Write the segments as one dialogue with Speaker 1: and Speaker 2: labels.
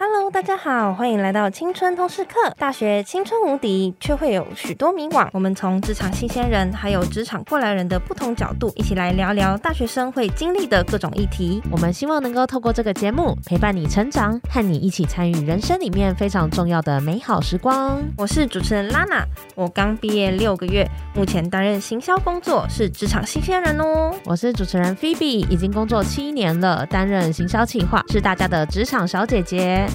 Speaker 1: Hello，大家好，欢迎来到青春通识课。大学青春无敌，却会有许多迷惘。我们从职场新鲜人，还有职场过来人的不同角度，一起来聊聊大学生会经历的各种议题。
Speaker 2: 我们希望能够透过这个节目陪伴你成长，和你一起参与人生里面非常重要的美好时光。
Speaker 1: 我是主持人 Lana，我刚毕业六个月，目前担任行销工作，是职场新鲜人哦。
Speaker 2: 我是主持人 Phoebe，已经工作七年了，担任行销企划，是大家的职场小姐姐。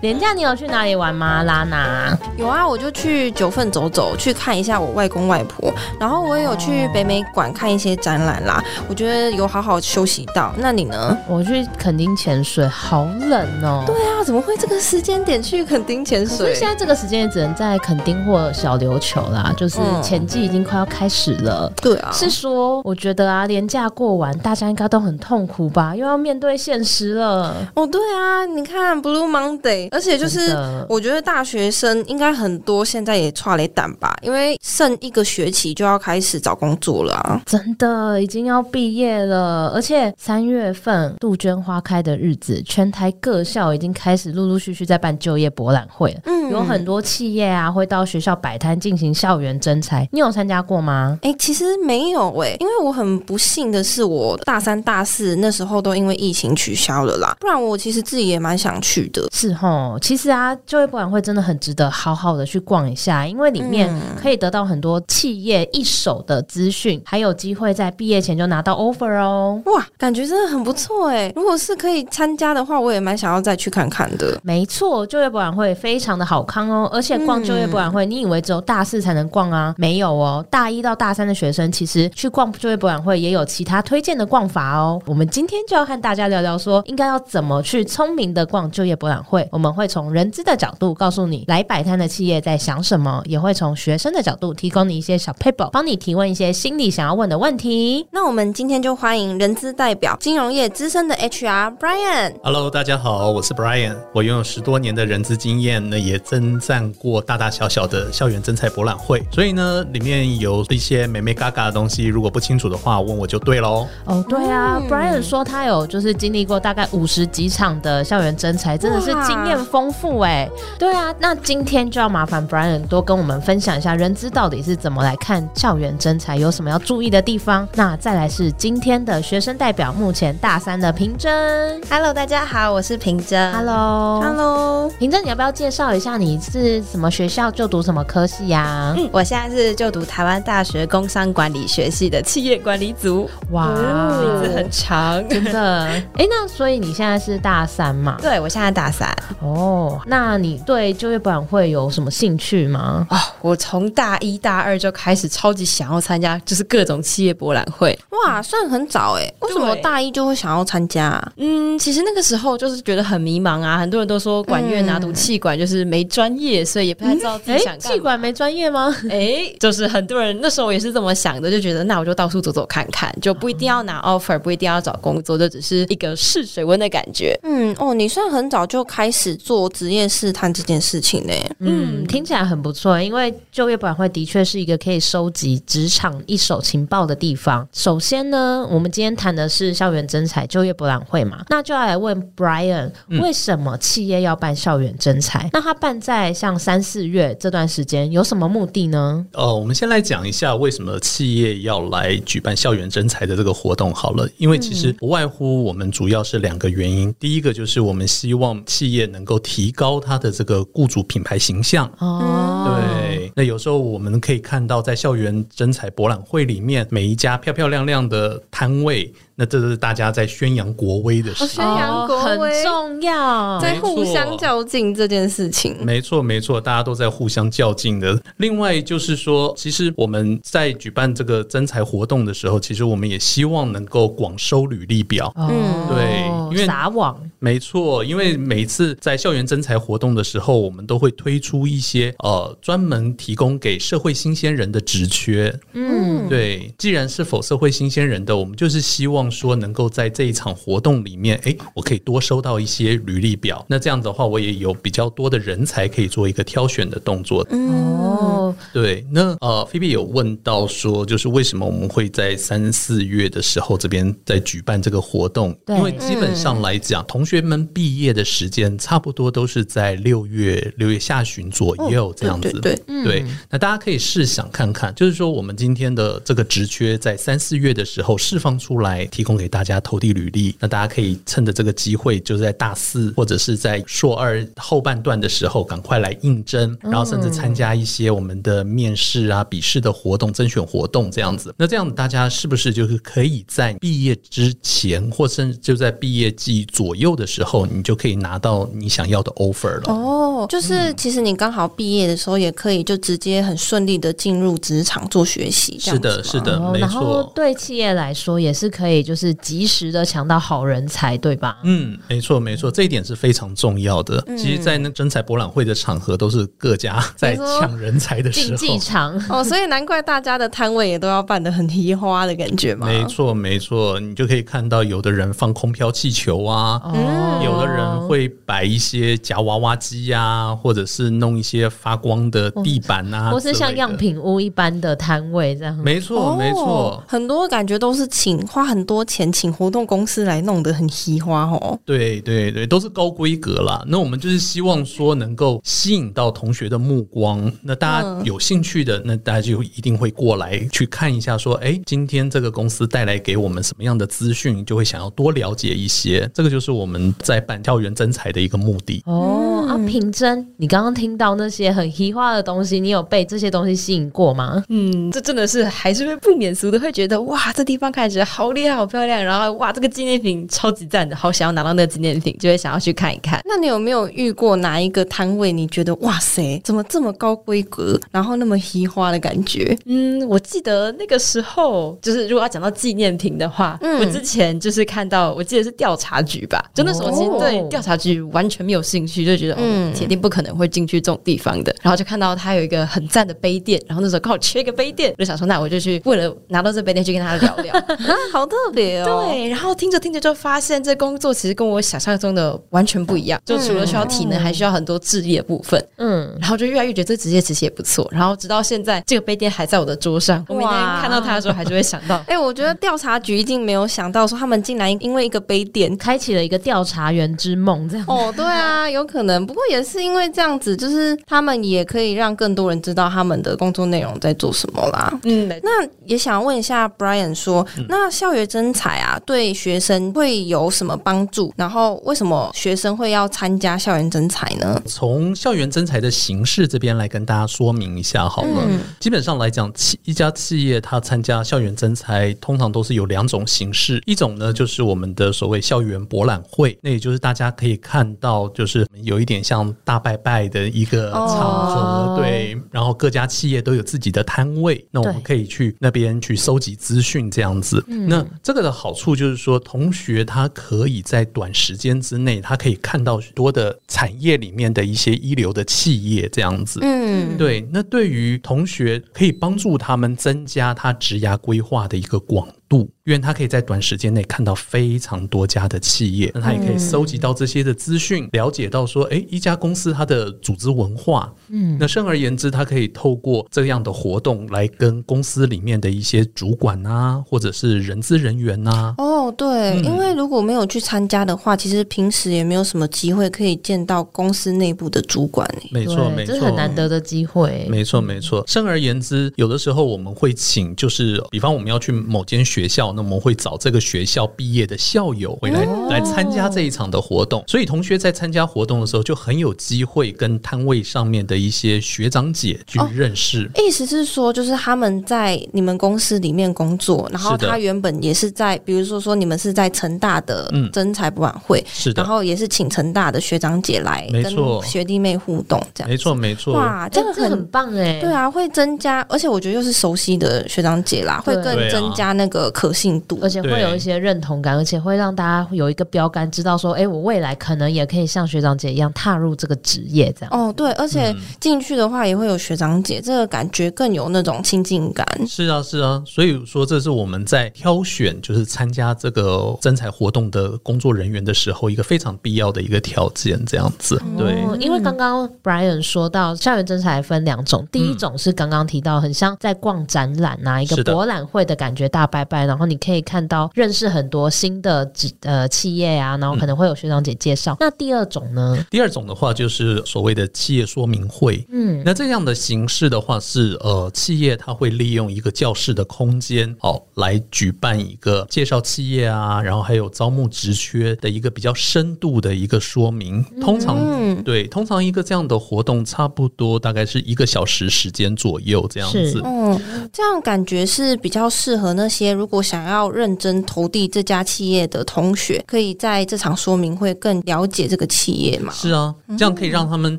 Speaker 2: 廉假你有去哪里玩吗，拉娜？
Speaker 1: 有啊，我就去九份走走，去看一下我外公外婆，然后我也有去北美馆看一些展览啦。我觉得有好好休息到。那你呢？
Speaker 2: 我去垦丁潜水，好冷哦、
Speaker 1: 对啊，怎么会这个时间点去垦丁潜
Speaker 2: 所以
Speaker 1: 水？
Speaker 2: 现在这个时间也只能在垦丁或小琉球啦，就是
Speaker 1: 嗯
Speaker 2: 前季已经快要开始了。
Speaker 1: 对啊，
Speaker 2: 是说，我觉得啊，年假过完，大家应该都很痛苦吧，又要面对现实了。
Speaker 1: 哦，对啊，你看 Blue Monday，而且就
Speaker 2: 真
Speaker 1: 是
Speaker 2: 的
Speaker 1: 我觉得大学生应该很多现在也差了一档吧，因为剩一个学期就要开始找工作了啊。
Speaker 2: 真的已经要毕业了，而且三月份杜鹃花开的日子，全台各校已经开始陆陆续续在办就业博览会了。
Speaker 1: 嗯
Speaker 2: 有很多企业啊，会到学校摆摊进行校园征才，你有参加过吗？
Speaker 1: 哎、其实没有哎、因为我很不幸的是，我大三、大四那时候都因为疫情取消了啦，不然我其实自己也蛮想去的。
Speaker 2: 是吼，其实啊，就业博览会真的很值得好好的去逛一下，因为里面
Speaker 1: 嗯
Speaker 2: 可以得到很多企业一手的资讯，还有机会在毕业前就拿到 offer 哦。
Speaker 1: 哇，感觉真的很不错哎、如果是可以参加的话，我也蛮想要再去看看的。
Speaker 2: 没错，就业博览会非常的好康哦，而且逛就业博览会，你以为只有大四才能逛啊？没有哦，大一到大三的学生其实去逛就业博览会也有其他推荐的逛法哦。我们今天就要和大家聊聊说，应该要怎么去聪明的逛就业博览会。我们会从人资的角度告诉你来摆摊的企业在想什么，也会从学生的角度提供你一些小 paper，帮你提问一些心里想要问的问题。
Speaker 1: 那我们今天就欢迎人资代表、金融业资深的 HR Brian。
Speaker 3: Hello，大家好，我是 Brian，我拥有十多年的人资经验，那也征战过大大小小的校园征才博览会，所以呢，里面有一些美美嘎嘎的东西，如果不清楚的话，问我就对喽。
Speaker 2: 哦，对啊、
Speaker 1: 嗯
Speaker 2: b r i a n 说他有就是经历过大概五十几场的校园征才，真的是经验丰富哎。对啊，那今天就要麻烦 Brian 多跟我们分享一下人资到底是怎么来看校园征才，有什么要注意的地方。那再来是今天的学生代表，目前大三的平真
Speaker 1: Hello，大家好，我是平真。
Speaker 2: ，Hello。
Speaker 1: Hello，
Speaker 2: 平真，你要不要介绍一下你是什么学校，就读什么科系呀、
Speaker 4: 嗯我现在是就读台湾大学工商管理学系的企业管理组，
Speaker 2: 哇，
Speaker 1: 哦
Speaker 4: 名字很长。
Speaker 2: 真的。哎、那所以你现在是大三嘛？
Speaker 4: 对，我现在大三
Speaker 2: 哦，那你对就业博览会有什么兴趣吗？
Speaker 4: 哦，我从大一大二就开始超级想要参加，就是各种企业博览会。
Speaker 1: 哇，算很早哎、为什么
Speaker 4: 对
Speaker 1: 大一就会想要参加、啊？
Speaker 4: 嗯，其实那个时候就是觉得很迷茫啊，很多人都说管乐拿读气管就是没专业，所以也不太知道自己想干
Speaker 2: 气
Speaker 4: 嘛。
Speaker 2: 管没专业吗？
Speaker 4: 哎、就是很多人那时候也是这么想的，就觉得那我就到处走走看看，就不一定要拿 offer，不一定要找工作，就只是一个试水温的感觉。
Speaker 1: 嗯，哦，你算很早就开始做职业试探这件事情呢、
Speaker 2: 嗯，
Speaker 4: 嗯
Speaker 2: 听起来很不错，因为就业博览会的确是一个可以收集职场一手情报的地方。首先呢，我们今天谈的是校园征才就业博览会嘛，那就要来问 Brian，、为什么企业要办校园征才？那他办在像三四月这段时间有什么目的呢？
Speaker 3: 呃，我们先来讲一下为什么企业要来举办校园征才的这个活动好了，因为其实不外乎我们主要是两个原因，第一个就是我们希望企业能够提高它的这个雇主品牌形象。
Speaker 2: 哦，
Speaker 3: 对，那有时候我们可以看到，在校园征才博览会里面，每一家漂漂亮亮的摊位，那这是大家在宣扬国威的事。
Speaker 1: 宣扬国
Speaker 2: 哦很
Speaker 1: 威
Speaker 2: 重要，
Speaker 1: 在互相
Speaker 3: 没错
Speaker 1: 较劲这件事情，
Speaker 3: 没错，没错，大家都在互相较劲的。另外就是说，其实我们在举办这个征才活动的时候，其实我们也希望能够广收履历表。
Speaker 2: 嗯
Speaker 3: 对因为
Speaker 2: 撒网
Speaker 3: 没错，因为每次在校园征才活动的时候，我们都会推出一些呃专门提供给社会新鲜人的职缺。
Speaker 2: 嗯，
Speaker 3: 对，既然是否社会新鲜人的，我们就是希望说能够在这一场活动里面，诶，我可以多收到一些履历表。那这样的话，我也有比较多的人才可以做一个挑选的动作。
Speaker 1: 嗯
Speaker 3: 嗯
Speaker 2: 哦，
Speaker 3: 对，那呃，菲比有问到说，就是为什么我们会在三四月的时候这边在举办这个活动？
Speaker 2: 对
Speaker 1: 嗯
Speaker 3: 因为基本上来讲，同学们毕业的时间差不多都是在六月六月下旬左右这样子。
Speaker 1: 哦对对对
Speaker 2: 嗯
Speaker 3: 对那大家可以试想看看，就是说我们今天的这个职缺在三四月的时候释放出来，提供给大家投递履历。那大家可以趁着这个机会，就在大四或者是在硕二后半段的时候，赶快来应征，然后甚至参加一些我们的面试啊、笔试的活动、甄选活动这样子。那这样大家是不是就是可以在毕业之前，或甚至就在毕业季左右的时候，你就可以拿到你想要的 offer 了？
Speaker 1: 哦，就是其实你刚好毕业的时候，也可以就直接很顺利的进入职场做学习。这
Speaker 3: 是
Speaker 1: 样子
Speaker 3: 的，
Speaker 1: 吗
Speaker 3: 是的，
Speaker 2: 哦
Speaker 3: 嗯没
Speaker 2: 然后
Speaker 3: 错。
Speaker 2: 对企业来说也是可以，就是及时的抢到好人才，对吧？
Speaker 3: 嗯，没错没错，这一点是非常重要的。
Speaker 2: 嗯
Speaker 3: 其实，在那征才博览会的场合，都是各家在
Speaker 2: 说
Speaker 3: 抢人才的
Speaker 2: 竞
Speaker 3: 时
Speaker 2: 技
Speaker 3: 候，
Speaker 2: 场。
Speaker 1: 哦，所以难怪大家的摊位也都要办得很提花的感觉嘛。
Speaker 3: 没错，没错，你就可以看到有的人放空飘气球啊，
Speaker 2: 哦
Speaker 3: 有的人会摆一些夹娃娃机呀、啊，或者是弄一些发光的地板啊，
Speaker 2: 哦或是像
Speaker 3: 之类的
Speaker 2: 样。品屋一般的摊位这样。
Speaker 3: 没错，没错
Speaker 1: 哦，，很多感觉都是请花很多钱请活动公司来弄得很稀花哦。
Speaker 3: 对对对，都是高规格啦。那我们就是希望说能够吸引到同学的目光，那大家有兴趣的，那大家就一定会过来去看一下，说，哎，今天这个公司带来给我们什么样的资讯，就会想要多了解一些。这个就是我们在办校园征才的一个目的。
Speaker 2: 哦、啊，
Speaker 1: 嗯
Speaker 2: 品珍，你刚刚听到那些很嘻化的东西，你有被这些东西吸引过吗？
Speaker 4: 嗯，这真的是还是会不免俗的会觉得哇，这地方看起来好厉害、好漂亮，然后哇，这个纪念品超级赞的，好想要拿到那个纪念品，就会想要去看一看。
Speaker 1: 那你有没有遇过哪一个摊位？你觉得哇塞，怎么这么高规格，然后那么稀花的感觉？
Speaker 4: 嗯，我记得那个时候，就是如果要讲到纪念品的话，
Speaker 1: 嗯
Speaker 4: 我之前就是看到，我记得是调查局吧，就那时候其实
Speaker 2: 哦
Speaker 4: 对调查局完全没有兴趣，就觉得
Speaker 1: 嗯
Speaker 4: 嗯，铁定不可能会进去这种地方的。然后就看到他有一个很赞的杯垫，然后那时候刚好缺一个杯垫，我就想说，那我就去为了拿到这杯垫去跟他聊 聊。
Speaker 1: 啊，好特别哦！
Speaker 4: 对，然后听着听着就发现这工作其实跟我想象中的完全不一样，就除了需要体
Speaker 1: 嗯
Speaker 4: 能，还需要很多智力的部分。
Speaker 2: 嗯，
Speaker 4: 然后就越来越觉得这职业其实也不错。然后直到现在，这个杯垫还在我的桌上，我每天
Speaker 1: 哇。
Speaker 4: 看到它的时候，还是会想到
Speaker 1: 哎、我觉得调查局一定没有想到说他们竟然因为一个杯 垫。
Speaker 2: 开启了一个调查员之梦，这样。
Speaker 1: 哦，对啊，有可能。不过也是因为这样子，就是他们也可以让更多人知道他们的工作内容在做什么啦。
Speaker 4: 嗯，没
Speaker 1: 那也想问一下 Brian 说，那校园征才啊，对学生会有什么帮助？然后为什么学生会要参加校园征才呢？
Speaker 3: 从校园征才的形式这边来跟大家说明一下好了。
Speaker 2: 嗯
Speaker 3: 基本上来讲，企一家企业它参加校园征才，通常都是有两种形式，一种呢就是我们的所谓校园博览会，那也就是大家可以看到，就是有一点像大拜拜的一个场合，
Speaker 2: 哦
Speaker 3: 对。然后各家企业都有自己的摊位，那我们
Speaker 2: 对
Speaker 3: 可以去那边去搜集资讯，这样子。那这个的好处就是说，同学他可以在短时间之内，他可以看到许多的产业里面的一些一流的企业这样子。
Speaker 1: 嗯，
Speaker 3: 对，那对于同学可以帮助他们增加他职涯规划的一个广度，因为他可以在短时间内看到非常多家的企业，那他也可以
Speaker 2: 嗯
Speaker 3: 收集到这些的资讯，了解到说，诶，一家公司它的组织文化，嗯，那甚而言之，他可以透过这样的活动来跟公司里面的一些主管啊，或者是人资人员呐、
Speaker 1: 哦，对，
Speaker 3: 嗯
Speaker 1: 因为如果没有去参加的话，其实平时也没有什么机会可以见到公司内部的主管欸诶。
Speaker 3: 没错，没
Speaker 2: 哦对这
Speaker 3: 错，
Speaker 2: 是很难得的机会。
Speaker 3: 没
Speaker 1: 嗯
Speaker 3: 错，没错。甚而言之，有的时候我们会请，就是比方我们要去某间学校，那我们会找这个学校毕业的校友回来、
Speaker 1: 哦
Speaker 3: 来参加这一场的活动。所以同学在参加活动的时候，就很有机会跟摊位上面的一些学长姐去
Speaker 1: 哦
Speaker 3: 认识。
Speaker 1: 意思是说，就是他们在你们公司里面工作，然后
Speaker 3: 是的
Speaker 1: 他原本也是在，比如说说你们是在成大的
Speaker 3: 嗯
Speaker 1: 征才博览会，
Speaker 3: 是
Speaker 1: 然
Speaker 3: 的，
Speaker 1: 后也是请成大的学长姐来
Speaker 3: 没
Speaker 1: 跟
Speaker 3: 错
Speaker 1: 学弟妹互动，这样
Speaker 3: 没错，没错。
Speaker 1: 哇，
Speaker 2: 这
Speaker 1: 这
Speaker 2: 个
Speaker 1: 个
Speaker 2: 很
Speaker 1: 很
Speaker 2: 棒哎、
Speaker 1: 对，啊，会增加，而且我觉得又是熟悉的学长姐啦，会
Speaker 2: 对
Speaker 1: 更
Speaker 3: 对啊
Speaker 1: 增加那个可信度
Speaker 2: 而。且会有一些认同感，而且会让大家有一个标杆，知道说，哎、我未来可能也可以像学长姐一样踏入这个职业这样。
Speaker 1: 哦，对，而且
Speaker 3: 嗯
Speaker 1: 进去的话也会有学长姐，这个感觉更有那种亲近感。
Speaker 3: 是啊，是啊，所以说这是我们在挑选，就是参加这这个征才活动的工作人员的时候，一个非常必要的一个条件，这样子。对，
Speaker 2: 哦，因为刚刚 Brian 说到校园征才分两种，第一种是刚刚提到很像在逛展览啊，一个
Speaker 3: 嗯是的
Speaker 2: 博览会的感觉，大拜拜，然后你可以看到认识很多新的职呃企业啊，然后
Speaker 3: 嗯
Speaker 2: 可能会有学长姐介绍。那第二种呢？
Speaker 3: 第二种的话就是所谓的企业说明会。
Speaker 2: 嗯，
Speaker 3: 那这样的形式的话是，呃，企业它会利用一个教室的空间，哦，来举办一个介绍企业啊，然后还有招募职缺的一个比较深度的一个说明。通常，
Speaker 1: 嗯
Speaker 3: 对，通常一个这样的活动差不多大概是一个小时时间左右这样
Speaker 2: 是
Speaker 3: 子。
Speaker 1: 嗯，这样感觉是比较适合那些如果想要认真投递这家企业的同学，可以在这场说明会更了解这个企业嘛？
Speaker 3: 是啊，
Speaker 2: 哦
Speaker 3: 这样可以让他们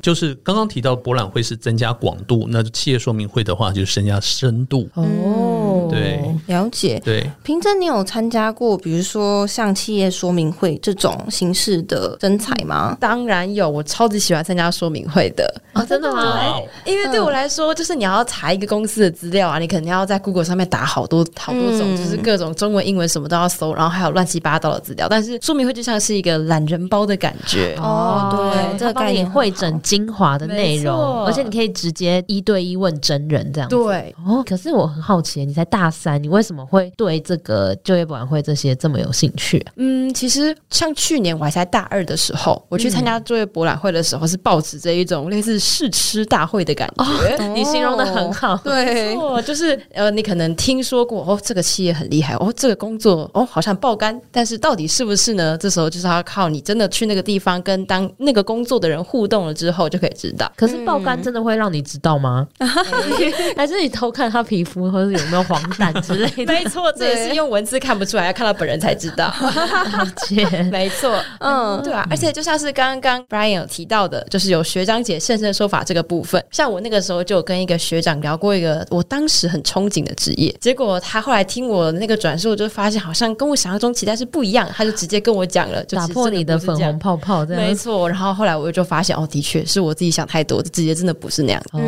Speaker 3: 就是刚刚提到博览会是增加广度，那企业说明会的话就是增加深度。
Speaker 2: 哦，
Speaker 3: 嗯对
Speaker 1: 了
Speaker 2: 哎
Speaker 1: 解。
Speaker 3: 对，
Speaker 1: 平真，你有参加过比如说像企业说明会这种形式的征才吗？
Speaker 4: 当然有，我超级喜欢参加说明会的，嗯
Speaker 2: 哦，真的吗？
Speaker 3: 哇哦
Speaker 4: 因为对我来说，就是你要查一个公司的资料啊，你可能要在 Google 上面打好多好多种，
Speaker 1: 嗯
Speaker 4: 就是各种中文、英文什么都要搜，然后还有乱七八糟的资料。但是说明会就像是一个懒人包的感觉，
Speaker 1: 哦对这个
Speaker 2: 它帮
Speaker 1: 概念
Speaker 2: 你
Speaker 1: 很
Speaker 2: 会
Speaker 1: 好
Speaker 2: 整精华的内
Speaker 4: 没
Speaker 2: 容，
Speaker 4: 错
Speaker 2: 而且你可以直接一对一问真人这样子。
Speaker 4: 对。
Speaker 2: 哦，可是我很好奇，你才大三，你为什么会对这个就业博览会这些这么有兴趣啊、
Speaker 4: 嗯，其实像去年我还在大二的时候，我去参加作业博览会的时候，是抱持着一种类似试吃大会的感觉。
Speaker 2: 你形容的很好，
Speaker 1: 哦对，
Speaker 4: 错，就是呃，你可能听说过哦，这个企业很厉害，哦，这个工作哦好像爆肝，但是到底是不是呢？这时候就是要靠你真的去那个地方跟当那个工作的人互动了之后，就可以知道。
Speaker 2: 可是爆肝真的会让你知道吗？ 还是你偷看他皮肤，或者有没有黄疸之类的？
Speaker 4: 没错，这也是用文字看不出来，要看到本人才知 道。
Speaker 2: 姐
Speaker 4: 没错，
Speaker 1: 嗯，
Speaker 4: 对啊，而且就像是刚刚 Brian 有提到的，就是有学长姐现身说法这个部 分。像我那个时候就有跟一个学长聊过一个我当时很憧憬的职业，结果他后来听我那个转述，就发现好像跟我想象中期待是不一样，他就直接跟我讲了，就
Speaker 2: 打
Speaker 4: 其实
Speaker 2: 破
Speaker 4: 真
Speaker 2: 你的
Speaker 4: 不是这
Speaker 2: 粉
Speaker 4: 样
Speaker 2: 红。泡泡，这
Speaker 4: 没
Speaker 2: 样
Speaker 4: 错，然后后来我就发现，哦，的确是我自己想太多，这职业真的不是那样的。
Speaker 2: 哦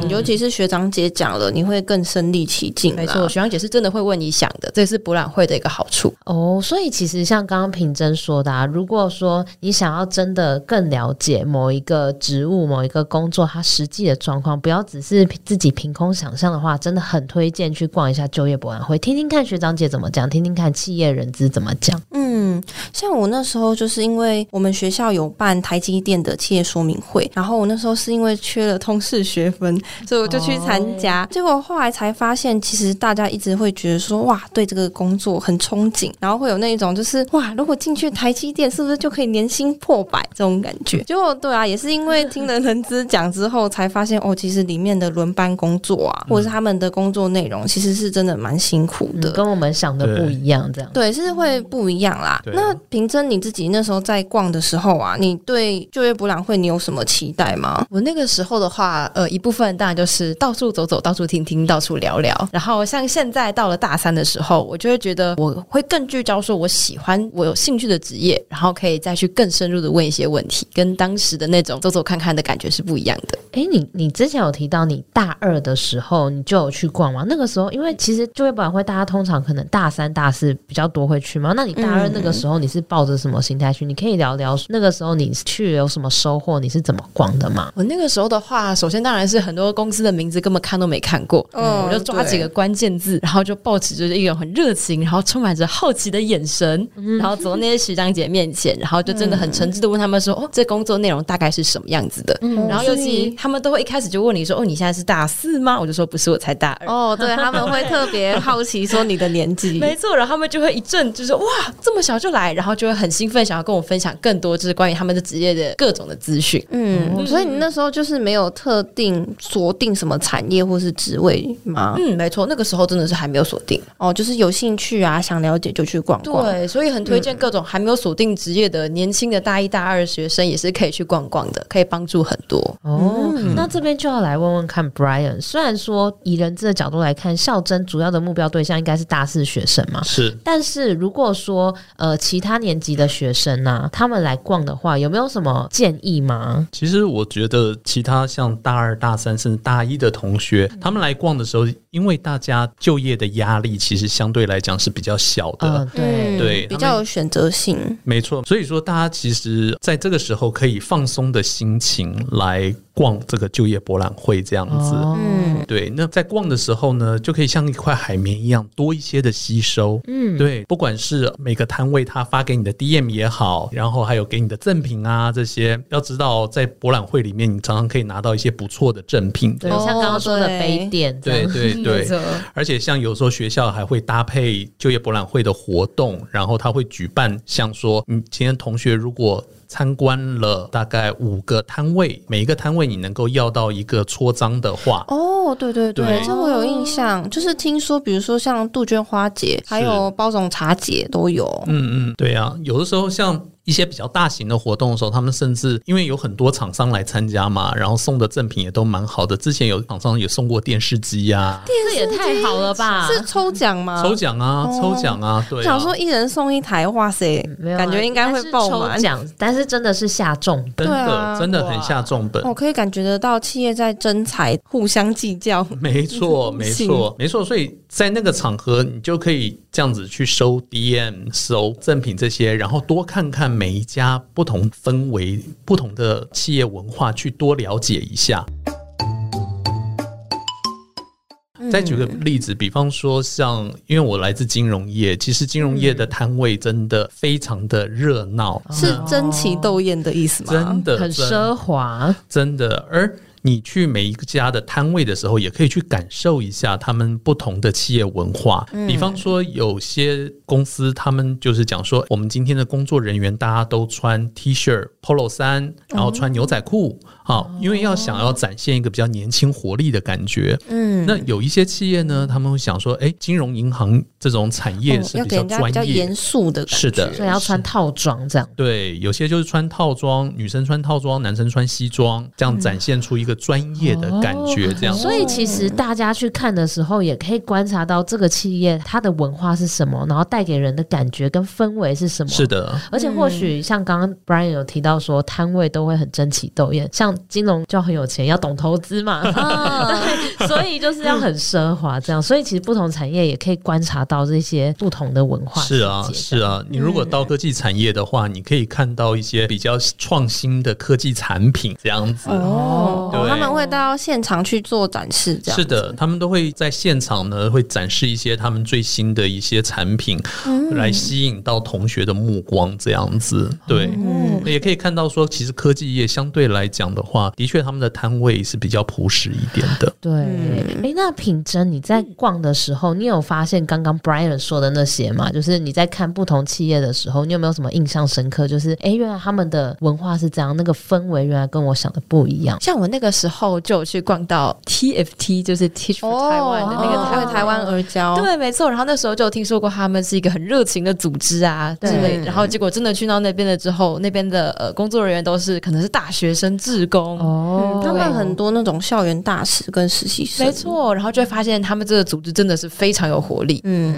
Speaker 1: 嗯，，尤其是学长姐讲了，你会更身临其境啦。
Speaker 4: 没错，学长姐是真的会为你想的，这也是博览会的一个好处。
Speaker 2: 哦，所以其实像刚刚平真说的、啊，如果说你想要真的更了解某一个职务、某一个工作它实际的状况，不要只是自己凭空想象的话，真的很推荐去逛一下就业博览会，听听看学长姐怎么讲，听听看企业人资怎么讲。
Speaker 1: 嗯，像我那时候就是因为我们学校有办台积电的企业说明会，然后我那时候是因为缺了通识学分，所以我就去参加。结果后来才发现，其实大家一直会觉得说，哇，对这个工作很憧憬，然后会有那一种就是，哇，如果进去台积电，是不是就可以年薪破百这种感觉？结果对啊，也是因为听了人资讲之后，才发现哦，其实里面的轮班工作啊，或者是他们的工作内容，其实是真的蛮辛苦的。
Speaker 2: 嗯，跟我们想的不一样，这样。
Speaker 1: 对，是会不一样啦。
Speaker 3: 对啊
Speaker 1: 那平真你自己那时候在逛的时候啊，你对就业博览会你有什么期待 吗？
Speaker 4: 我那个时候的话，呃，一部分当然就是到处走走，到处听听，到处聊聊。然后像现在到了大三的时候，我就会觉得我会更聚焦说我喜欢、我有兴趣的职业，然后可以再去更深入的问一些问题，跟当时的那种走走看看的感觉是不一样的。
Speaker 2: 哎、你你之前有提到你大二的时候你就有去逛吗？那个时候，因为其实就业博览会大家通常可能大三、大四比较多会去嘛。那你大二
Speaker 1: 嗯
Speaker 2: 那个时候你是抱着什么心态去？你可以聊聊那个时候你去有什么收获，你是怎么逛的吗？
Speaker 4: 我那个时候的话，首先当然是很多公司的名字根本看都没看过，
Speaker 1: 嗯
Speaker 4: 嗯，我就抓几个关键字，然后就抱持着一种很热情，然后充满着好奇的眼神，然后走到那些学长姐面前，然后就真的很诚挚的问他们说：“哦，这工作内容大概是什么样子的？”
Speaker 2: 嗯
Speaker 4: 然后尤
Speaker 1: 所以
Speaker 4: 其他们都会一开始就问你说：“哦，你现在是大四吗？”我就说：“不是，我才大二。
Speaker 1: 哦，对，他们会特别好奇说你的年纪
Speaker 4: 没错，然后他们就会一阵就是哇，这么小就来，然后就会很兴奋，想要跟我分享更多就是关于他们的职业的各种的资讯。
Speaker 1: 嗯，所以你那时候就是没有特定锁定什么产业或是职位吗？
Speaker 4: 嗯，没错，那个时候真的是还没有锁定。
Speaker 1: 哦，就是有兴趣啊，想了解就去逛逛。
Speaker 4: 对，所以很推荐各种还没有锁定职业的年轻的大一、大二学生，也是可以去逛逛的，可以帮助很多。
Speaker 2: 哦，那这边就要来问问看 Brian。虽然说以人资的角度来看，校征主要的目标对象应该是大四学生嘛，
Speaker 3: 是
Speaker 2: 但是如果说呃其他年级的学生呢、他们来逛的话，有没有什么建议吗？嗯
Speaker 3: 其实我觉得，其他像大二、大三甚至大一的同学，他们来逛的时候，因为大家就业的压力其实相对来讲是比较小的。
Speaker 2: 嗯，对。
Speaker 1: 嗯
Speaker 3: 对
Speaker 1: 比
Speaker 3: 他们
Speaker 1: 较有选择性。
Speaker 3: 没错，所以说大家其实在这个时候可以放松的心情来逛这个就业博览会这样子。
Speaker 2: 哦
Speaker 1: 嗯，
Speaker 3: 对，那在逛的时候呢，就可以像一块海绵一样多一些的吸收。
Speaker 2: 嗯，
Speaker 3: 对，不管是每个摊位他发给你的 DM 也好，然后还有给你的赠品啊这些，要知道在博览会里面，你常常可以拿到一些不错的赠品。
Speaker 2: 对，
Speaker 3: 这样
Speaker 2: 像刚刚说的杯垫，
Speaker 3: 对 对对，而且像有时候学校还会搭配就业博览会的活动，然后他会举办像说，你今天同学如果参观了大概五个摊位，每一个摊位你能够要到一个戳章的话，
Speaker 1: 哦，对对对，
Speaker 3: 对
Speaker 1: 这我有印象，就是听说，比如说像杜鹃花节，还有包种茶节都有。
Speaker 3: 嗯嗯，对啊，有的时候像。一些比较大型的活动的时候，他们甚至因为有很多厂商来参加嘛，然后送的赠品也都蛮好的。之前有厂商也送过电视机呀、
Speaker 2: 这也太好了吧！
Speaker 1: 是嗯抽奖吗？
Speaker 3: 抽奖啊，
Speaker 1: 哦
Speaker 3: 抽奖啊，对
Speaker 1: 我
Speaker 3: 啊。
Speaker 1: 想说一人送一台，哇塞，
Speaker 2: 没有啊
Speaker 1: 感觉应该会爆
Speaker 2: 应该
Speaker 1: 满
Speaker 2: 是抽。奖，但是真的是下重本。
Speaker 3: 真的、
Speaker 1: 对啊
Speaker 3: 真的很下重本。
Speaker 1: 哦我可以感觉得到企业在争财，互相计较。
Speaker 3: 没错，没错，没错。所以在那个场合，你就可以这样子去收 DM、收赠品这些，然后多看看每一家不同氛围、不同的企业文化，去多了解一下。再举个例子，比方说像，因为我来自金融业，其实金融业的摊位真的非常的热闹，
Speaker 1: 是争奇斗艳的意思吗？
Speaker 3: 真的
Speaker 2: 很
Speaker 3: 真
Speaker 2: 奢华，
Speaker 3: 真的。而你去每一家的摊位的时候，也可以去感受一下他们不同的企业文化。
Speaker 1: 嗯
Speaker 3: 比方说，有些公司他们就是讲说，我们今天的工作人员大家都穿 T 恤、Polo
Speaker 1: 哦
Speaker 3: 衫，然后穿牛仔裤啊，因为要想要展现一个比较年轻活力的感觉。
Speaker 1: 嗯，
Speaker 3: 那有一些企业呢，他们会想说，哎，金融银行这种产业
Speaker 1: 哦
Speaker 3: 是
Speaker 1: 要
Speaker 3: 比
Speaker 1: 给
Speaker 3: 较
Speaker 1: 人家比较
Speaker 3: 专业
Speaker 1: 严肃的感觉。
Speaker 3: 是的
Speaker 2: 所以要穿套装这样。
Speaker 3: 对，有些就是穿套装，女生穿套装，男生穿西装，
Speaker 1: 嗯
Speaker 3: 这样展现出一个专业的
Speaker 1: 哦
Speaker 3: 感觉，这样子。
Speaker 2: 哦所以其实大家去看的时候，也可以观察到这个企业它的文化是什么，然后带给人的感觉跟氛围是什么。
Speaker 3: 是的，
Speaker 2: 而且或许像刚刚 Brian 有提到说，摊位都会很争奇斗艳，像金融就很有钱，要懂投资嘛，对，所以就是要很奢华这样。所以其实不同产业也可以观察到这些不同的文化
Speaker 3: 是啊，
Speaker 2: 细节
Speaker 3: 是啊。你如果
Speaker 1: 嗯
Speaker 3: 到科技产业的话，你可以看到一些比较创新的科技产品，这样子。
Speaker 1: 哦，
Speaker 3: 对
Speaker 1: 他们会到现场去做展示，这样
Speaker 3: 是的，他们都会在现场呢，会展示一些他们最新的一些产品，
Speaker 1: 嗯
Speaker 3: 来吸引到同学的目光，这样子。对，
Speaker 1: 嗯
Speaker 3: 也可以看到说，其实科技业相对来讲的话，的确他们的摊位是比较朴实一点的。
Speaker 2: 对，哎、那品珍，你在逛的时候，你有发现刚刚 Brian 说的那些吗？就是你在看不同企业的时候，你有没有什么印象深刻？就是哎、诶原来他们的文化是这样，那个氛围原来跟我想的不一样。
Speaker 4: 像我那个时候就有去逛到 TFT，就是 Teach for
Speaker 1: 哦，
Speaker 4: Taiwan 的那个
Speaker 1: 哦
Speaker 4: 摊
Speaker 1: 为
Speaker 4: 位
Speaker 1: 台湾而教，
Speaker 4: 对，没错。然后那时候就听说过他们是一个很热情的组织啊之
Speaker 2: 对
Speaker 4: 类的。然后结果真的去到那边了之后，那边的呃工作人员都是可能是大学生、志工。
Speaker 2: 哦
Speaker 1: 嗯，他们很多那种校园大使跟实习生，
Speaker 4: 没，错，然后就会发现他们这个组织真的是非常有活力。
Speaker 1: 嗯。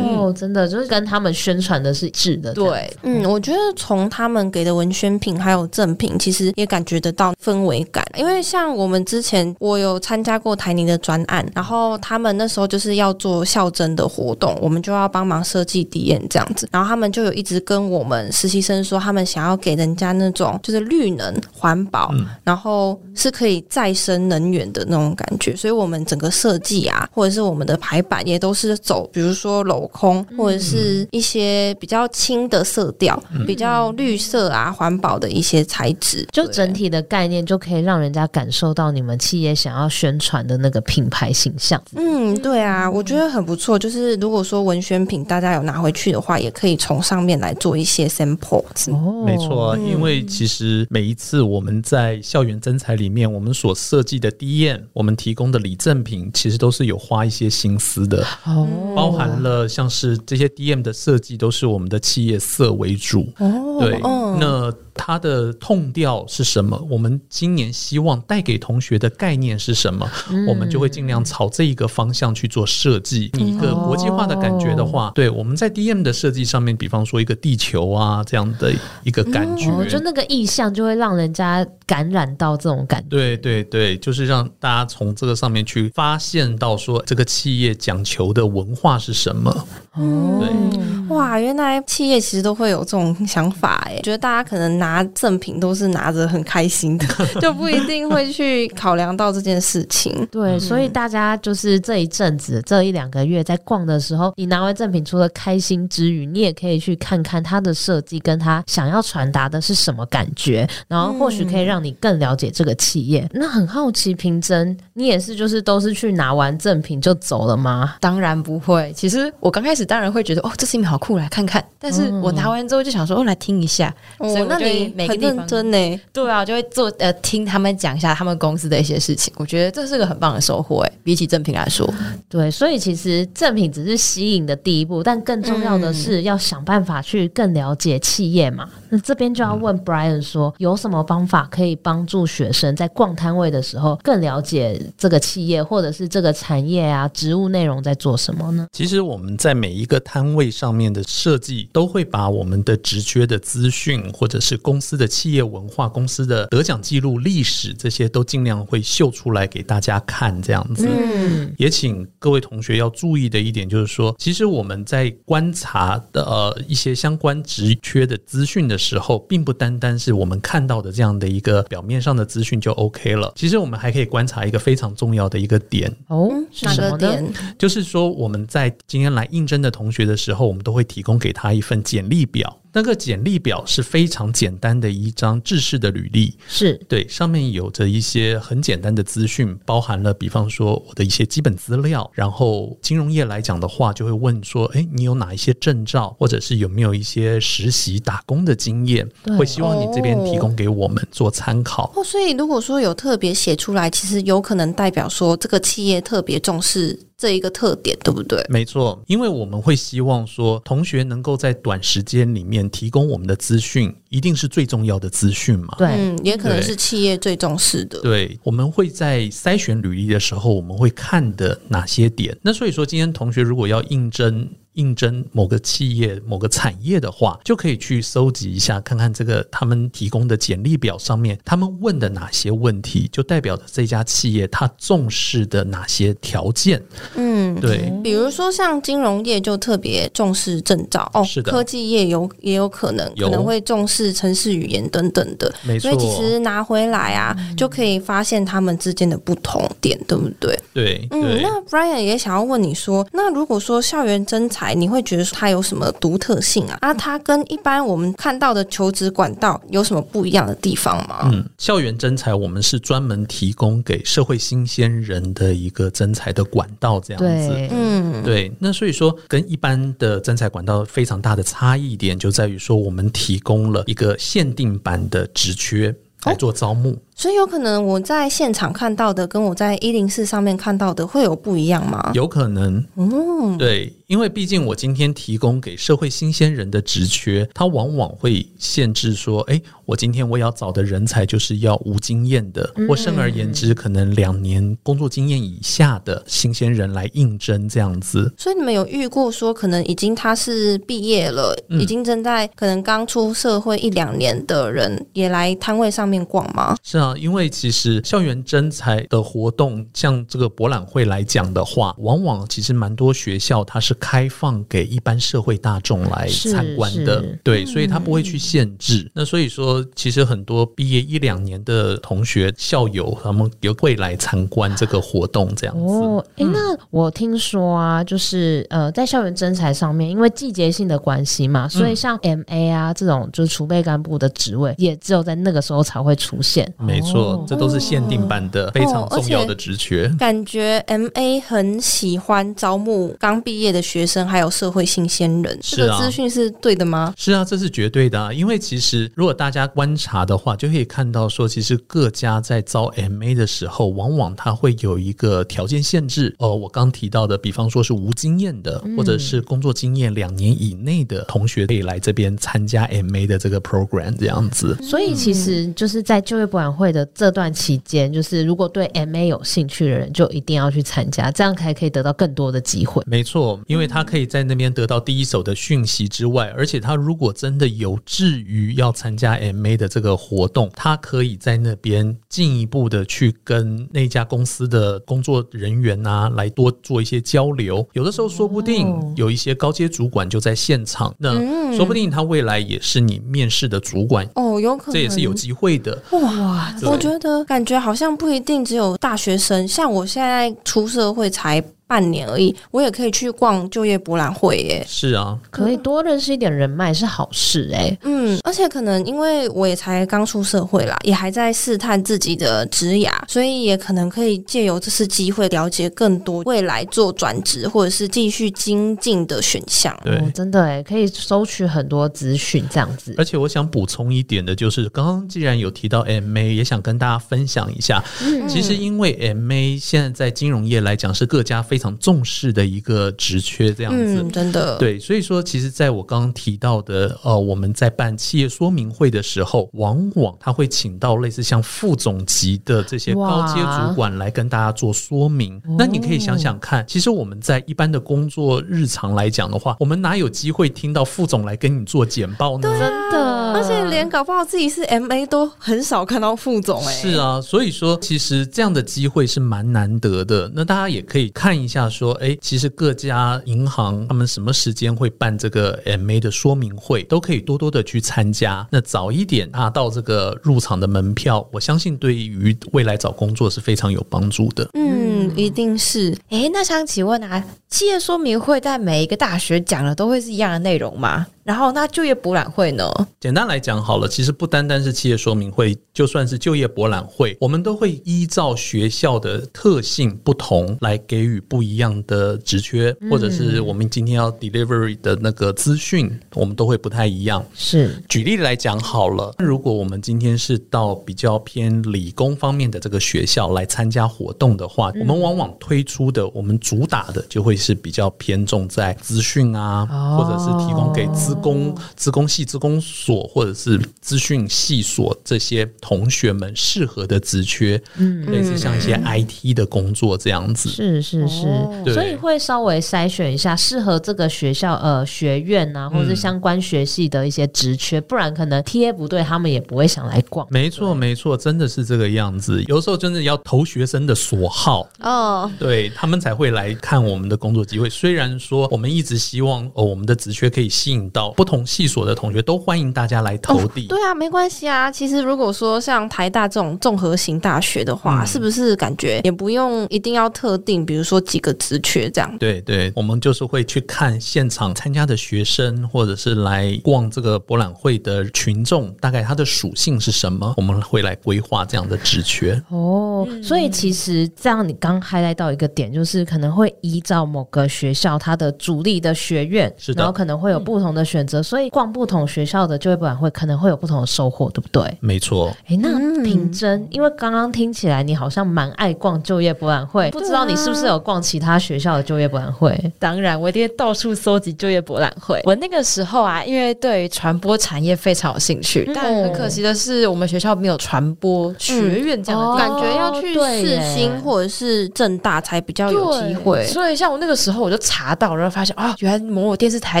Speaker 2: 哦，真的就是跟他们宣传的是一致的，这样
Speaker 4: 对，
Speaker 1: 嗯，我觉得从他们给的文宣品还有赠品，其实也感觉得到氛围感。因为像我们之前，我有参加过台泥的专案，然后他们那时候就是要做校征的活动，我们就要帮忙设计 D N 这样子。然后他们就有一直跟我们实习生说，他们想要给人家那种就是绿能、环保，然后是可以再生能源的那种感觉，所以我们整个设计啊，或者是我们的排版也都是走，比如说镂空
Speaker 2: 嗯
Speaker 1: 或者是一些比较轻的色调，比较绿色啊、环保的一些材质，
Speaker 2: 就整体的概念就可以让人家感受到你们企业想要宣传的那个品牌形象。
Speaker 1: 嗯，对啊，我觉得很不错。就是如果说文宣品大家有拿回去的话，也可以从上面来做一些 sample。
Speaker 2: 哦
Speaker 3: 没错啊，因为其实每一次我们在校园征才里面，我们所设计的 DM，我们提供的礼赠品，其实都是有花一些心思的，
Speaker 2: 哦，
Speaker 3: 包含了像是这些 DM 的设计都是我们的企业色为主。
Speaker 1: 哦
Speaker 3: 对，
Speaker 1: 嗯
Speaker 3: 那它的痛调是什么？我们今年希望带给同学的概念是什么？
Speaker 1: 嗯
Speaker 3: 我们就会尽量朝这一个方向去做设计。你一个国际化的感觉的
Speaker 1: 哦
Speaker 3: 话，对我们在 DM 的设计上面，比方说一个地球啊这样的一个感觉，
Speaker 1: 嗯
Speaker 2: 哦，就那个意象就会让人家感染到这种感觉。
Speaker 3: 对对对，就是让大家从这个上面去发现到说这个企业讲求的文化是什么。对
Speaker 2: 哦
Speaker 1: 哇，原来
Speaker 4: 企业其实都会有这种想法，哎，觉得大家可能拿赠品都是拿着很开 心的，就不一定会去考量到这件事情。
Speaker 2: 对，所以大家就是这一阵子、这一两个月在逛的时候，你拿完赠品，除了开心之余，你也可以去看看它的设计跟它想要传达的是什么感觉，然后或许可以让你更了解这个企业。那很好奇，平真，你也是就是都是去拿完赠品就走了吗？
Speaker 4: 当然不会。其实我刚开始当然会觉得，哦，这是一面好酷，来看看。但是
Speaker 1: 嗯
Speaker 4: 我拿完之后就想说，哦，来听一下。所
Speaker 1: 哦
Speaker 4: 以我，
Speaker 1: 那
Speaker 4: 就
Speaker 1: 你
Speaker 4: 每个
Speaker 1: 很
Speaker 4: 地
Speaker 1: 认
Speaker 4: 方
Speaker 1: 真呢。
Speaker 4: 对啊，就会做呃，听他们讲一下他们公司的一些事情。我觉得这是个很棒的收获，哎，比起正品来说，
Speaker 2: 对，所以其实赠品只是吸引的第一步，但更重要
Speaker 4: 嗯
Speaker 2: 的是要想办法去更了解企业嘛。那这边就要问 Brian 说，有什么方法可以帮助学生在逛摊位的时候更了解这个企业或者是这个产业啊、职务内容在做什么呢？
Speaker 3: 其实我们在每一个摊位上面的设计，都会把我们的直觉的资讯，或者是公司的企业文化、公司的得奖记录、历史这些，都尽量会秀出来给大家看，这样子。
Speaker 2: 嗯，
Speaker 3: 也请各位同学要注意的一点就是说，其实我们在观察的呃一些相关职缺的资讯的时候，并不单单是我们看到的这样的一个表面上的资讯就 OK 了。其实我们还可以观察一个非常重要的一个点，
Speaker 2: 哦，是
Speaker 4: 哪
Speaker 2: 什
Speaker 4: 个
Speaker 2: 么呢？
Speaker 4: 点？
Speaker 3: 就是说，我们在今天来应征的同学的时候，我们都会提供给他一份简历表。那个简历表是非常简单的一张制式的履历，
Speaker 2: 是
Speaker 3: 对，上面有着一些很简单的资讯，包含了比方说我的一些基本资料，然后金融业来讲的话，就会问说，诶，你有哪一些证照，或者是有没有一些实习打工的经验
Speaker 2: 对，
Speaker 3: 会希望你这边提
Speaker 1: 哦
Speaker 3: 供给我们做参考。
Speaker 1: 哦，所以如果说有特别写出来，其实有可能代表说这个企业特别重视这一个特点，对不对？
Speaker 3: 没错，因为我们会希望说，同学能够在短时间里面提供我们的资讯，一定是最重要的资讯嘛。
Speaker 2: 对。
Speaker 1: 嗯，也可能
Speaker 3: 对
Speaker 1: 是企业最重视的。
Speaker 3: 对，我们会在筛选履历的时候，我们会看的哪些点？那所以说，今天同学如果要应征应征某个企业、某个产业的话，就可以去搜集一下，看看这个他们提供的简历表上面，他们问的哪些问题，就代表着这家企业它重视的哪些条件。
Speaker 1: 嗯，
Speaker 3: 对，
Speaker 1: 比如说像金融业就特别重视证照哦
Speaker 3: 是，的
Speaker 1: 科技业有也有可能
Speaker 3: 有
Speaker 1: 可能会重视城市语言等等的，
Speaker 3: 没
Speaker 1: 所
Speaker 3: 错。嗯
Speaker 1: 以其实拿回来啊，就可以发现他们之间的不同点，对不对？
Speaker 3: 对
Speaker 1: 嗯，
Speaker 3: 对。
Speaker 1: 那 Brian 也想要问你说，那如果说校园征才，你会觉得说它有什么独特性啊？啊，它跟一般我们看到的求职管道有什么不一样的地方吗？
Speaker 3: 嗯，校园征才我们是专门提供给社会新鲜人的一个征才的管道，这样子。
Speaker 2: 对，
Speaker 1: 嗯，
Speaker 3: 对，那所以说跟一般的征才管道非常大的差异点就在于说，我们提供了一个限定版的职缺来做招募。
Speaker 1: 所以有可能我在现场看到的，跟我在一零四上面看到的会有不一样吗？
Speaker 3: 有可能，
Speaker 1: 嗯，
Speaker 3: 对，因为毕竟我今天提供给社会新鲜人的职缺，它往往会限制说，哎，我今天我要找的人才就是要无经验的，或甚而言之，可能两年工作经验以下的新鲜人来应征这样子。
Speaker 1: 所以你们有遇过说，可能已经他是毕业了，
Speaker 3: 嗯
Speaker 1: 已经正在可能刚出社会一两年的人，也来摊位上面逛吗？
Speaker 3: 是啊，因为其实校园征才的活动，像这个博览会来讲的话，往往其实蛮多学校它是开放给一般社会大众来
Speaker 2: 是
Speaker 3: 参观的
Speaker 2: 是，嗯
Speaker 3: 对，所以它不会去限制。那所以说，其实很多毕业一两年的同学校友，他们也会来参观这个活动，这样子。
Speaker 2: 哦，诶，那我听说啊，就是呃，在校园征才上面，因为季节性
Speaker 3: 嗯
Speaker 2: 的关系嘛，所以像 MA 啊这种就是储备干部的职位，也只有在那个时候才会出现。
Speaker 3: 没错，这都是限定版的
Speaker 2: 哦
Speaker 3: 非常重要的职缺。
Speaker 1: 感觉 M A 很喜欢招募刚毕业的学生，还有社会新鲜人。这
Speaker 3: 是
Speaker 1: 个
Speaker 3: 啊
Speaker 1: 资讯是对的吗？
Speaker 3: 是啊，这是绝对的啊！因为其实如果大家观察的话，就可以看到说，其实各家在招 MA 的时候，往往它会有一个条件限制。哦，我刚提到的，比方说是无经验的，或者是工作经验两年以内的同学可以来这边参加 MA 的这个 program 这样子。
Speaker 2: 所以其实就是在就业博览会的这段期间，就是如果对 MA 有兴趣的人，就一定要去参加，这样才可以得到更多的机会。
Speaker 3: 没错，因为他可以在那边得到第一手的讯息之外，
Speaker 1: 嗯
Speaker 3: 而且他如果真的有志于要参加 MA 的这个活动，他可以在那边进一步的去跟那家公司的工作人员啊来多做一些交流。有的时候说不定
Speaker 1: 哦
Speaker 3: 有一些高阶主管就在现场，
Speaker 1: 嗯
Speaker 3: 那说不定他未来也是你面试的主管，
Speaker 1: 哦，有可能
Speaker 3: 这也是有机会的。
Speaker 1: 哇，我觉得感觉好像不一定只有大学生，像我现在出社会才半年而已，我也可以去逛就业博览会耶。
Speaker 3: 是啊，
Speaker 2: 可以多认识一点人脉是好事哎、
Speaker 1: 嗯，而且可能因为我也才刚出社会啦，也还在试探自己的职涯，所以也可能可以借由这次机会了解更多未来做转职或者是继续精进的选项。
Speaker 3: 对。
Speaker 2: 哦真的哎、可以收取很多资讯这样子。
Speaker 3: 而且我想补充一点的就是，刚刚既然有提到 MA，也想跟大家分享一下。其实因为 MA 现在在金融业来讲是各家非常重视的一个职缺，这样子。
Speaker 1: 嗯，真的，
Speaker 3: 对，所以说，其实在我刚刚提到的，呃，我们在办企业说明会的时候，往往他会请到类似像副总级的这些高阶
Speaker 2: 哇
Speaker 3: 主管来跟大家做说明。那你可以想想看，其实我们在一般的工作日常来讲的话，我们哪有机会听到副总来跟你做简报呢？
Speaker 1: 啊
Speaker 2: 真的，
Speaker 1: 而且连搞不好自己是 M A 都很少看到副总哎、
Speaker 3: 是啊，所以说其实这样的机会是蛮难得的。那大家也可以看一下说，哎，其实各家银行他们什么时间会办这个 MA 的说明会，都可以多多的去参加。那早一点拿到这个入场的门票，我相信对于未来找工作是非常有帮助的。
Speaker 1: 嗯，一定是。
Speaker 4: 诶，那想请问啊，企业说明会在每一个大学讲的都会是一样的内容吗？然后那就业博览会呢？
Speaker 3: 简单来讲好了，其实不单单是企业说明会，就算是就业博览会，我们都会依照学校的特性不同来给予不一样的职缺，或者是我们今天要 delivery 的那个资讯，我们都会不太一样。
Speaker 2: 是
Speaker 3: 举例来讲好了，如果我们今天是到比较偏理工方面的这个学校来参加活动的话，
Speaker 2: 嗯
Speaker 3: 我们往往推出的我们主打的就会是比较偏重在资讯啊，
Speaker 2: 哦
Speaker 3: 或者是提供给资工、资工系、资工所或者是资讯系所这些同学们适合的职缺，嗯，类似像一些 IT 的工作这样子。
Speaker 2: 是是是、
Speaker 3: 对
Speaker 2: 所以会稍微筛选一下适合这个学校呃学院啊，
Speaker 3: 嗯
Speaker 2: 或者是相关学系的一些职缺、不然可能 TA 不对，他们也不会想来逛。
Speaker 3: 没错，没错，真的是这个样子。有时候真的要投学生的所好，
Speaker 1: 哦，
Speaker 3: 对他们才会来看我们的工作机会。虽然说我们一直希望哦，我们的职缺可以吸引到不同系所的同学，都欢迎大家来投递。
Speaker 1: 对啊，没关系啊。其实如果说像台大这种综合型大学的话，
Speaker 3: 嗯
Speaker 1: 是不是感觉也不用一定要特定，比如说几个职缺这样？
Speaker 3: 对对，我们就是会去看现场参加的学生，或者是来逛这个博览会的群众，大概它的属性是什么，我们会来规划这样的职缺。
Speaker 2: 哦，所以其实这样，你刚 highlight 到一个点，就是可能会依照某个学校它的主力的学院，
Speaker 3: 是的
Speaker 2: 然后可能会有不同的选择，所以逛不同学校的就业博览会可能会有不同的收获，对不对？
Speaker 3: 没
Speaker 1: 哦
Speaker 3: 错，
Speaker 2: 哎，那
Speaker 4: 嗯
Speaker 2: 品珍，因为刚刚听起来你好像蛮爱逛就业博览会，不知道你是不是有逛其他学校的就业博览会？
Speaker 4: 啊当然，我一定会到处搜集就业博览会。我那个时候啊，因为对传播产业非常有兴趣，
Speaker 1: 嗯
Speaker 4: 但很可惜的是，我们学校没有传播学院这样的地
Speaker 2: 哦
Speaker 4: 方。
Speaker 1: 嗯感觉要去
Speaker 2: 对
Speaker 1: 世
Speaker 2: 耶
Speaker 1: 新或者是正大才比较有
Speaker 4: 对
Speaker 1: 机会。
Speaker 4: 所以像我那个时候，我就查到，然后发现啊、原来某某电视台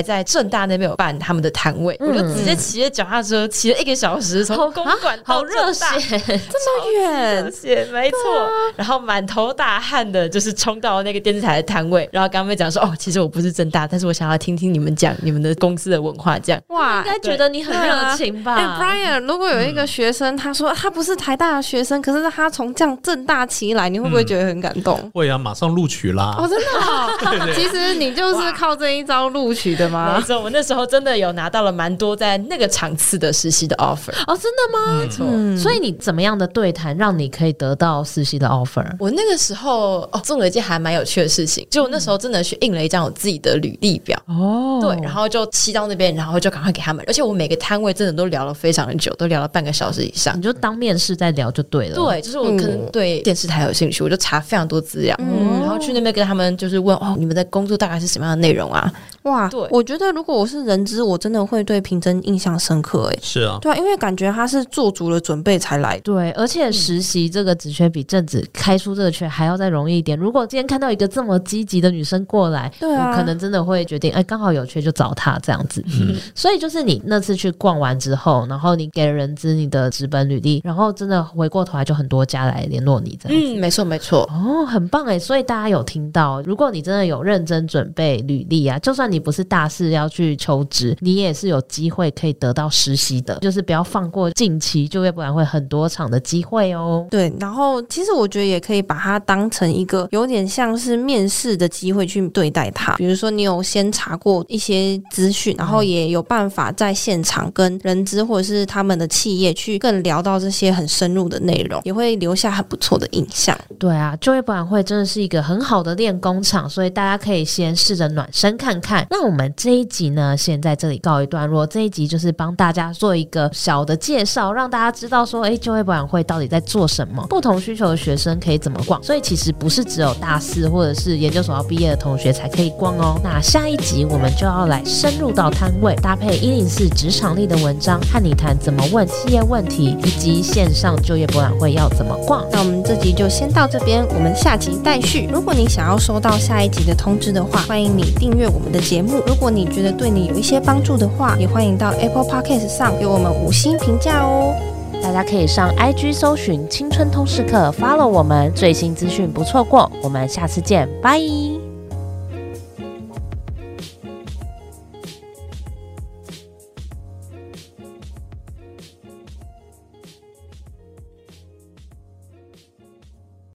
Speaker 4: 在正大那边有办他们的摊位，我就直接骑着脚踏车骑了一个小时，从公馆
Speaker 2: 好
Speaker 4: 到
Speaker 2: 热
Speaker 4: 正
Speaker 2: 血
Speaker 4: 大，
Speaker 1: 这么远，
Speaker 4: 谢，没错。然后满头大汗的，就是冲到那个电视台的摊位，然后跟他们讲说：“哦，其实我不是正大，但是我想要听听你们讲你们的公司的文化。”这样，
Speaker 1: 哇
Speaker 2: 应！该觉得你很热情吧？
Speaker 1: 哎、b
Speaker 4: 啊
Speaker 1: r i a n 如果有
Speaker 4: 嗯
Speaker 1: 一个学生，他说他不是台大的学生，可是他从这样正大起来，你会不
Speaker 4: 嗯
Speaker 1: 会觉得很感动？
Speaker 3: 会啊，马上录取啦。
Speaker 4: 哦
Speaker 1: 哦，真的、哦，其实你就是靠这一招录取的吗
Speaker 4: 没？错，我那时候真的有拿到了蛮多在那个场次的实习的 offer。
Speaker 2: 哦，真的吗？
Speaker 4: 没错。
Speaker 1: 嗯
Speaker 2: 所以你怎么样的对谈，让你可以得到实习的 offer？
Speaker 4: 我那个时候哦，做了一件还蛮有趣的事情，就我那时候真的去印了一张我自己的履历表，
Speaker 2: 哦
Speaker 4: 对，然后就骑到那边，然后就赶快给他们。而且我每个摊位真的都聊了非常的久，都聊了半个小时以上
Speaker 2: 你。就当面试再聊就对了。，
Speaker 4: 对，就是我可能对电视台有兴趣，我就查非常多资料，然后去那边跟他们就是问哦，你们的工作大概是什么样的内容啊？
Speaker 1: 哇
Speaker 4: 对，
Speaker 1: 我觉得如果我是人资，我真的会对平真印象深刻、欸。哎，
Speaker 3: 是啊，
Speaker 1: 对啊，因为感觉他是做足了准备才来的。
Speaker 2: 对，而且
Speaker 1: 嗯
Speaker 2: 实习这个职缺比正职开出这个缺还要再容易一点。如果今天看到一个这么积极的女生过来，
Speaker 1: 对啊嗯
Speaker 2: 我可能真的会决定，哎，刚好有缺就找她这样子。所以就是你那次去逛完之后，然后你给了人资你的职本履历，然后真的回过头来就很多家来联络你这样。
Speaker 4: 嗯，没错没错，
Speaker 2: 哦，很棒哎！所以大家有听到，如果你真的有认真准备履历啊，就算你不是大四要去求职，你也是有机会可以得到实习的，就是不要放过近期就业，不然会很多场的机会哦。
Speaker 1: 对，然后其实我觉得也可以把它当成一个有点像是面试的机会去对待它。比如说，你有先查过一些资讯，然后也有办法在现场跟人资或者是他们的企业去更聊到这些很深入的内容，也会留下很不错的印象。
Speaker 2: 对啊，就业博览会真的是一个很好的练功场，所以大家可以先试着暖身看看。那我们这一集呢，先在这里告一段落。这一集就是帮大家做一个小的介绍，让大家知道说，哎，就业博览会到底在做什么，不同需求的学生可以怎么逛。所以其实不是只有大四或者是研究所要毕业的同学才可以逛哦。那下一集我们就要来深入到摊位，搭配一零四职场力的文章，和你谈怎么问企业问题，以及线上就业博览会要怎么逛。
Speaker 1: 那我们这集就先到这边，我们下集待续。如果你想要收到下一集的通知的话，欢迎你订阅我们的节目。如果你觉得对你有一些帮助的话，也欢迎到 Apple Podcast 上给我们五星评价哦。
Speaker 2: 大家可以上 IG 搜寻“青春通识课 ”，follow 我们，最新资讯不错过。我们下次见，拜。